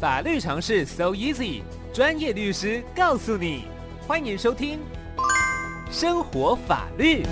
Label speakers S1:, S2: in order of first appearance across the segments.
S1: 法律常识 so easy，专业律师告诉你。欢迎收听《生活法律》。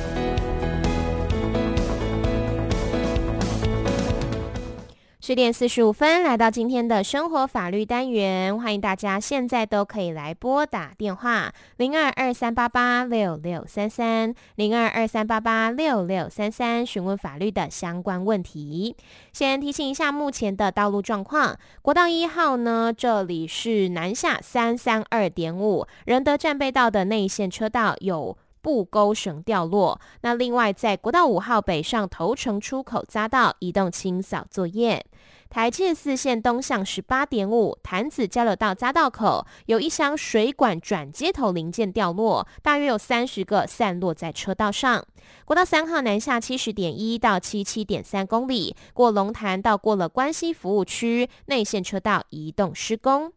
S2: 十点四十五分，来到今天的生活法律单元，欢迎大家现在都可以来拨打电话零二二三八八六六三三零二二三八八六六三三询问法律的相关问题。先提醒一下目前的道路状况，国道一号呢，这里是南下三三二点五仁德站被道的内线车道有。布沟绳掉落。那另外，在国道五号北上头城出口匝道移动清扫作业。台界四线东向十八点五潭子交流道匝道口有一箱水管转接头零件掉落，大约有三十个散落在车道上。国道三号南下七十点一到七七点三公里，过龙潭到过了关西服务区内线车道移动施工。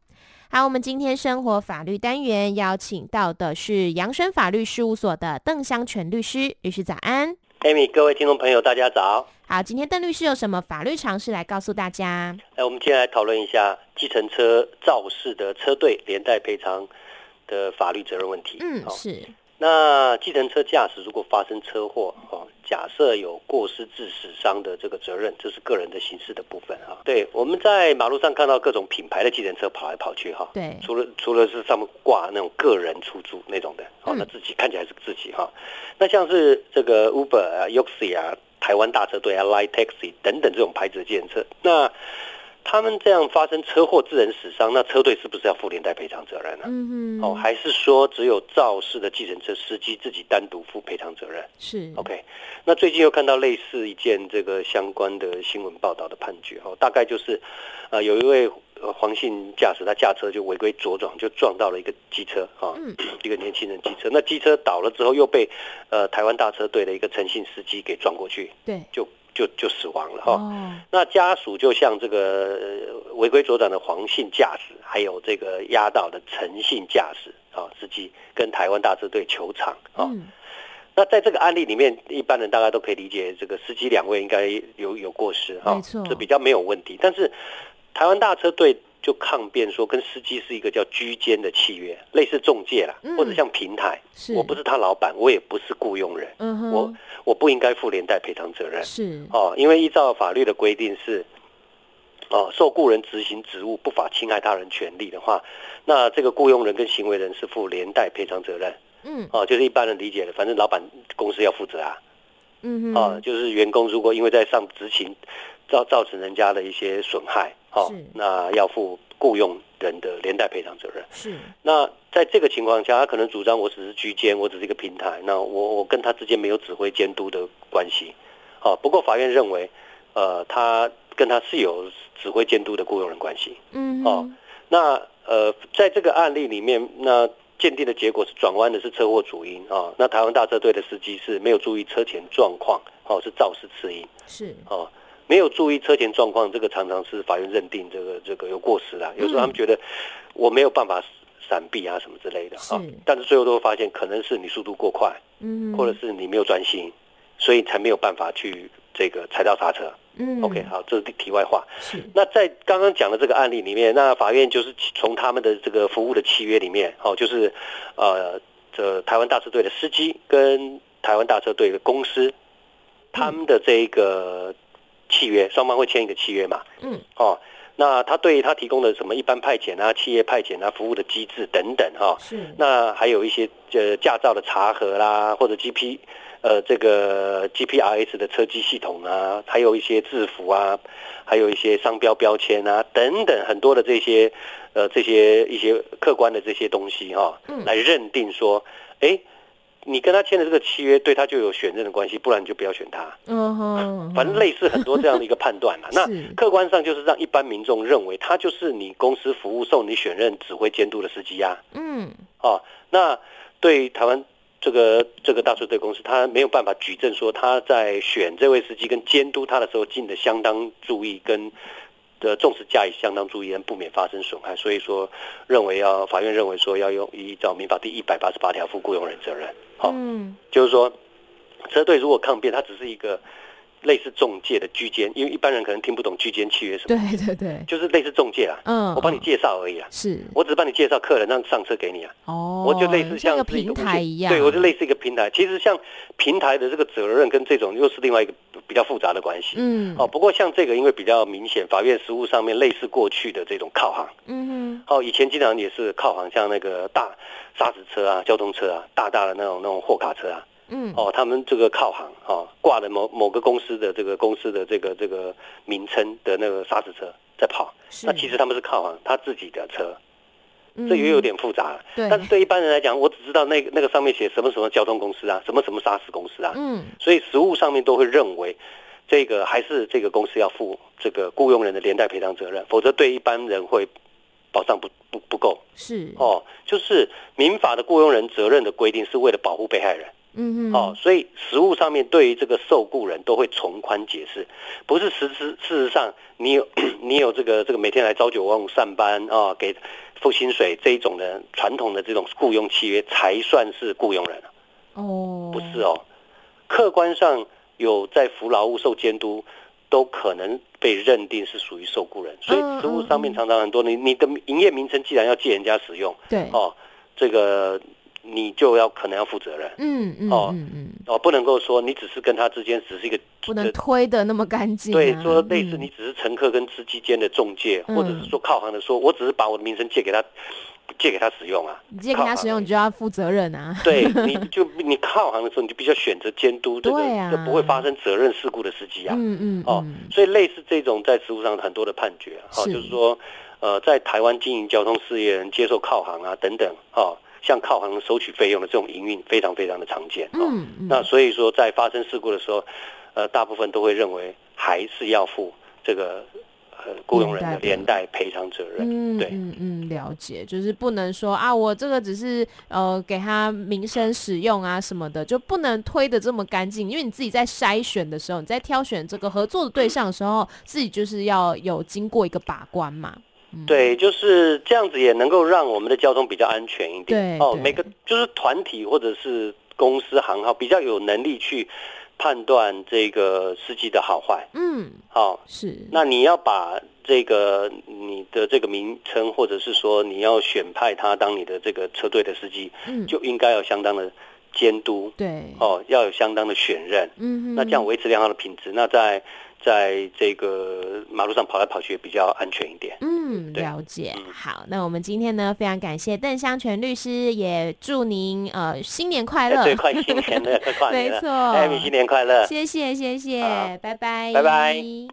S2: 好，我们今天生活法律单元邀请到的是扬生法律事务所的邓香全律师，律师早安。
S3: Amy，各位听众朋友，大家早。
S2: 好，今天邓律师有什么法律常识来告诉大家？
S3: 哎，我们今天来讨论一下计程车肇事的车队连带赔偿的法律责任问题。
S2: 嗯，
S3: 好
S2: 是，
S3: 那计程车驾驶如果发生车祸，哦，假设有过失致死伤的这个责任，这是个人的刑事的部分哈。对，我们在马路上看到各种品牌的计程车跑来跑去哈。
S2: 对，
S3: 除了除了是上面挂那种个人出租那种的，哦，
S2: 嗯
S3: 那自己看起来是自己哈、那像是这个 Uber 啊、Yoxi 啊、台湾大车队啊、Line Taxi 等等这种牌子的计程车，那他们这样发生车祸致人死伤，那车队是不是要负连带赔偿责任呢、
S2: 嗯哼，
S3: 哦，还是说只有肇事的计程车司机自己单独负赔偿责任
S2: 是
S3: ？OK，那最近又看到类似一件这个相关的新闻报道的判决哦，大概就是，呃，有一位呃黄姓驾驶，他驾车就违规左转，就撞到了一个机车啊，
S2: 嗯
S3: 一个年轻人机车，那机车倒了之后又被呃台湾大车队的一个诚信司机给撞过去，
S2: 对，
S3: 就就就死亡了哈。
S2: 哦，
S3: 那家属就向这个呃违规左转的黄姓驾驶，还有这个压倒的陈姓驾驶啊司机，跟台湾大车队求偿啊。
S2: 嗯，
S3: 那在这个案例里面，一般人大概都可以理解，这个司机两位应该有有过失哈
S2: 没错，
S3: 这比较没有问题。但是台湾大车队就抗辩说，跟司机是一个叫居间的契约，类似中介啦，
S2: 嗯
S3: 或者像平台。
S2: 是，
S3: 我不，是他老板，我也不是雇佣人，
S2: 嗯哼，
S3: 我我不应该负连带赔偿责任。
S2: 是，
S3: 哦，因为依照法律的规定是，哦，受雇人执行职务不法侵害他人权利的话，那这个雇佣人跟行为人是负连带赔偿责任。
S2: 嗯
S3: 哦，就是一般人理解的，反正老板公司要负责啊。
S2: 嗯
S3: 哦，
S2: 哼，
S3: 就是员工如果因为在上执勤造造成人家的一些损害，哦
S2: 是，
S3: 那要负雇佣人的连带赔偿责任。
S2: 是，
S3: 那在这个情况下，他可能主张我只是居间，我只是一个平台，那我我跟他之间没有指挥监督的关系。好、不过法院认为，呃，他跟他是有指挥监督的雇佣人关系。
S2: 嗯
S3: 哦
S2: 哼，
S3: 那呃，在这个案例里面，那鉴定的结果是转弯的是车祸主因啊、那台湾大车队的司机是没有注意车前状况，哦，是肇事次因。
S2: 是，
S3: 哦，没有注意车前状况，这个常常是法院认定这个这个有过失啦。有时候
S2: 嗯
S3: 他们觉得我没有办法闪避啊什么之类的
S2: 是
S3: 啊，但是最后都会发现可能是你速度过快，
S2: 嗯哼，
S3: 或者是你没有专心，所以才没有办法去这个踩到刹车。
S2: 嗯
S3: OK，好，这是题外话。
S2: 是，
S3: 那在刚刚讲的这个案例里面，那法院就是从他们的这个服务的契约里面，哦，就是呃，这台湾大车队的司机跟台湾大车队的公司，他们的这个契约，双方会签一个契约嘛，
S2: 嗯，
S3: 哦，那他对他提供的什么一般派遣啊、企业派遣啊、服务的机制等等，哈、哦，
S2: 是，
S3: 那还有一些呃驾照的查核啦，或者 G P 呃这个 G P R S 的车机系统啊，还有一些制服啊，还有一些商标标签啊等等很多的这些呃这些一些客观的这些东西哈、
S2: 嗯
S3: 来认定说，哎，你跟他签的这个契约对他就有选任的关系，不然你就不要选他。
S2: 嗯哼，。
S3: 反正类似很多这样的一个判断嘛 那
S2: 是
S3: 客观上就是让一般民众认为他就是你公司服务受你选任、指挥监督的司机啊呀、
S2: 嗯，
S3: 哦，那对台湾这个这个大车队公司，他没有办法举证说他在选这位司机跟监督他的时候尽的相当注意跟。的重视加以相当注意，但不免发生损害，所以说认为要法院认为说要用依照民法第一百八十八条负雇佣人责任。好、
S2: 嗯，
S3: 就是说车队如果抗辩，它只是一个类似中介的居间，因为一般人可能听不懂居间契约什么，
S2: 对对对，
S3: 就是类似中介啊，
S2: 嗯，
S3: 我帮你
S2: 嗯
S3: 介绍而已啊，
S2: 是
S3: 我只是帮你介绍客人，让上车给你啊。
S2: 哦，
S3: 我就类似
S2: 像
S3: 像
S2: 个
S3: 是一
S2: 平
S3: 无线
S2: 台一样，啊
S3: 对我就类似一个平台。其实像平台的这个责任跟这种又是另外一个比较复杂的关系。
S2: 嗯，
S3: 哦，不过像这个因为比较明显，法院实务上面类似过去的这种靠行。
S2: 嗯
S3: 哦，以前经常也是靠行，像那个大砂石车啊、交通车啊、大大的那种那种货卡车啊，
S2: 哼，嗯，
S3: 哦，他们这个靠行哦，挂了某某个公司的这个公司的这个这个名称的那个砂石车在跑，
S2: 是
S3: 那其实他们是靠行，他自己的车，
S2: 嗯
S3: 这也有点复杂了。
S2: 对，
S3: 但是对一般人来讲，我只知道那个那个上面写什么什么交通公司啊，什么什么砂石公司啊，
S2: 嗯
S3: 所以实务上面都会认为，这个还是这个公司要负这个雇佣人的连带赔偿责任，否则对一般人会保障不不不够
S2: 是
S3: 哦。就是民法的雇佣人责任的规定是为了保护被害人
S2: 嗯
S3: 哦，
S2: 哼
S3: 所以实务上面对于这个受雇人都会从宽解释，不是实质事实上你有 你有这个这个每天来朝九晚五上班啊、哦给付薪水这一种的传统的这种雇佣契约才算是雇佣人。啊
S2: 哦
S3: 不是哦，客观上有在服劳务受监督，都可能被认定是属于受雇人，所
S2: 嗯
S3: 以职务上面
S2: 嗯
S3: 常常很多，你你的营业名称既然要借人家使用，
S2: 对
S3: 哦，这个你就要可能要负责任
S2: 嗯嗯
S3: 哦
S2: 嗯嗯，
S3: 哦，不能够说你只是跟他之间只是一个
S2: 不能
S3: 呃
S2: 推的那么干净啊，
S3: 对，说类似
S2: 嗯
S3: 你只是乘客跟司机间的中介，
S2: 嗯
S3: 或者是说靠行的说，我只是把我的名声借给他，借给他使用啊。
S2: 你借给他使用，你就要负责任啊。
S3: 对，你 就你靠行的时候，你就必须要选择监督这个
S2: 对啊
S3: 这不会发生责任事故的司机啊。
S2: 嗯嗯
S3: 哦
S2: 嗯，
S3: 所以类似这种在实务上很多的判决，哦，
S2: 是
S3: 就是说，呃，在台湾经营交通事业人接受靠行啊等等，哦，向靠行收取费用的这种营运非常非常的常见，哦，
S2: 嗯嗯，
S3: 那所以说在发生事故的时候，呃，大部分都会认为还是要负这个呃雇佣人的
S2: 连
S3: 连
S2: 带
S3: 带赔偿责任，
S2: 嗯
S3: 对
S2: 嗯嗯，了解，就是不能说啊，我这个只是呃给他民生使用啊什么的，就不能推的这么干净，因为你自己在筛选的时候，你在挑选这个合作的对象的时候，自己就是要有经过一个把关嘛。嗯，
S3: 对，就是这样子也能够让我们的交通比较安全一点。
S2: 对
S3: 哦，
S2: 对
S3: 每个就是团体或者是公司行号比较有能力去判断这个司机的好坏。
S2: 嗯，
S3: 好、
S2: 是，
S3: 那你要把这个你的这个名称，或者是说你要选派他当你的这个车队的司机，
S2: 嗯，
S3: 就应该要相当的监督
S2: 对，
S3: 哦，要有相当的选任。
S2: 嗯哼，
S3: 那这样维持良好的品质，那在在这个马路上跑来跑去也比较安全一点。
S2: 嗯，
S3: 对
S2: 了解
S3: 嗯。
S2: 好，那我们今天呢，非常感谢邓香全律师，也祝您呃新年快乐。
S3: 哎对，快 新年了，快跨年了，
S2: 没错
S3: 艾米新年快乐。
S2: 谢谢，谢谢
S3: 好，
S2: 拜拜，
S3: 拜拜。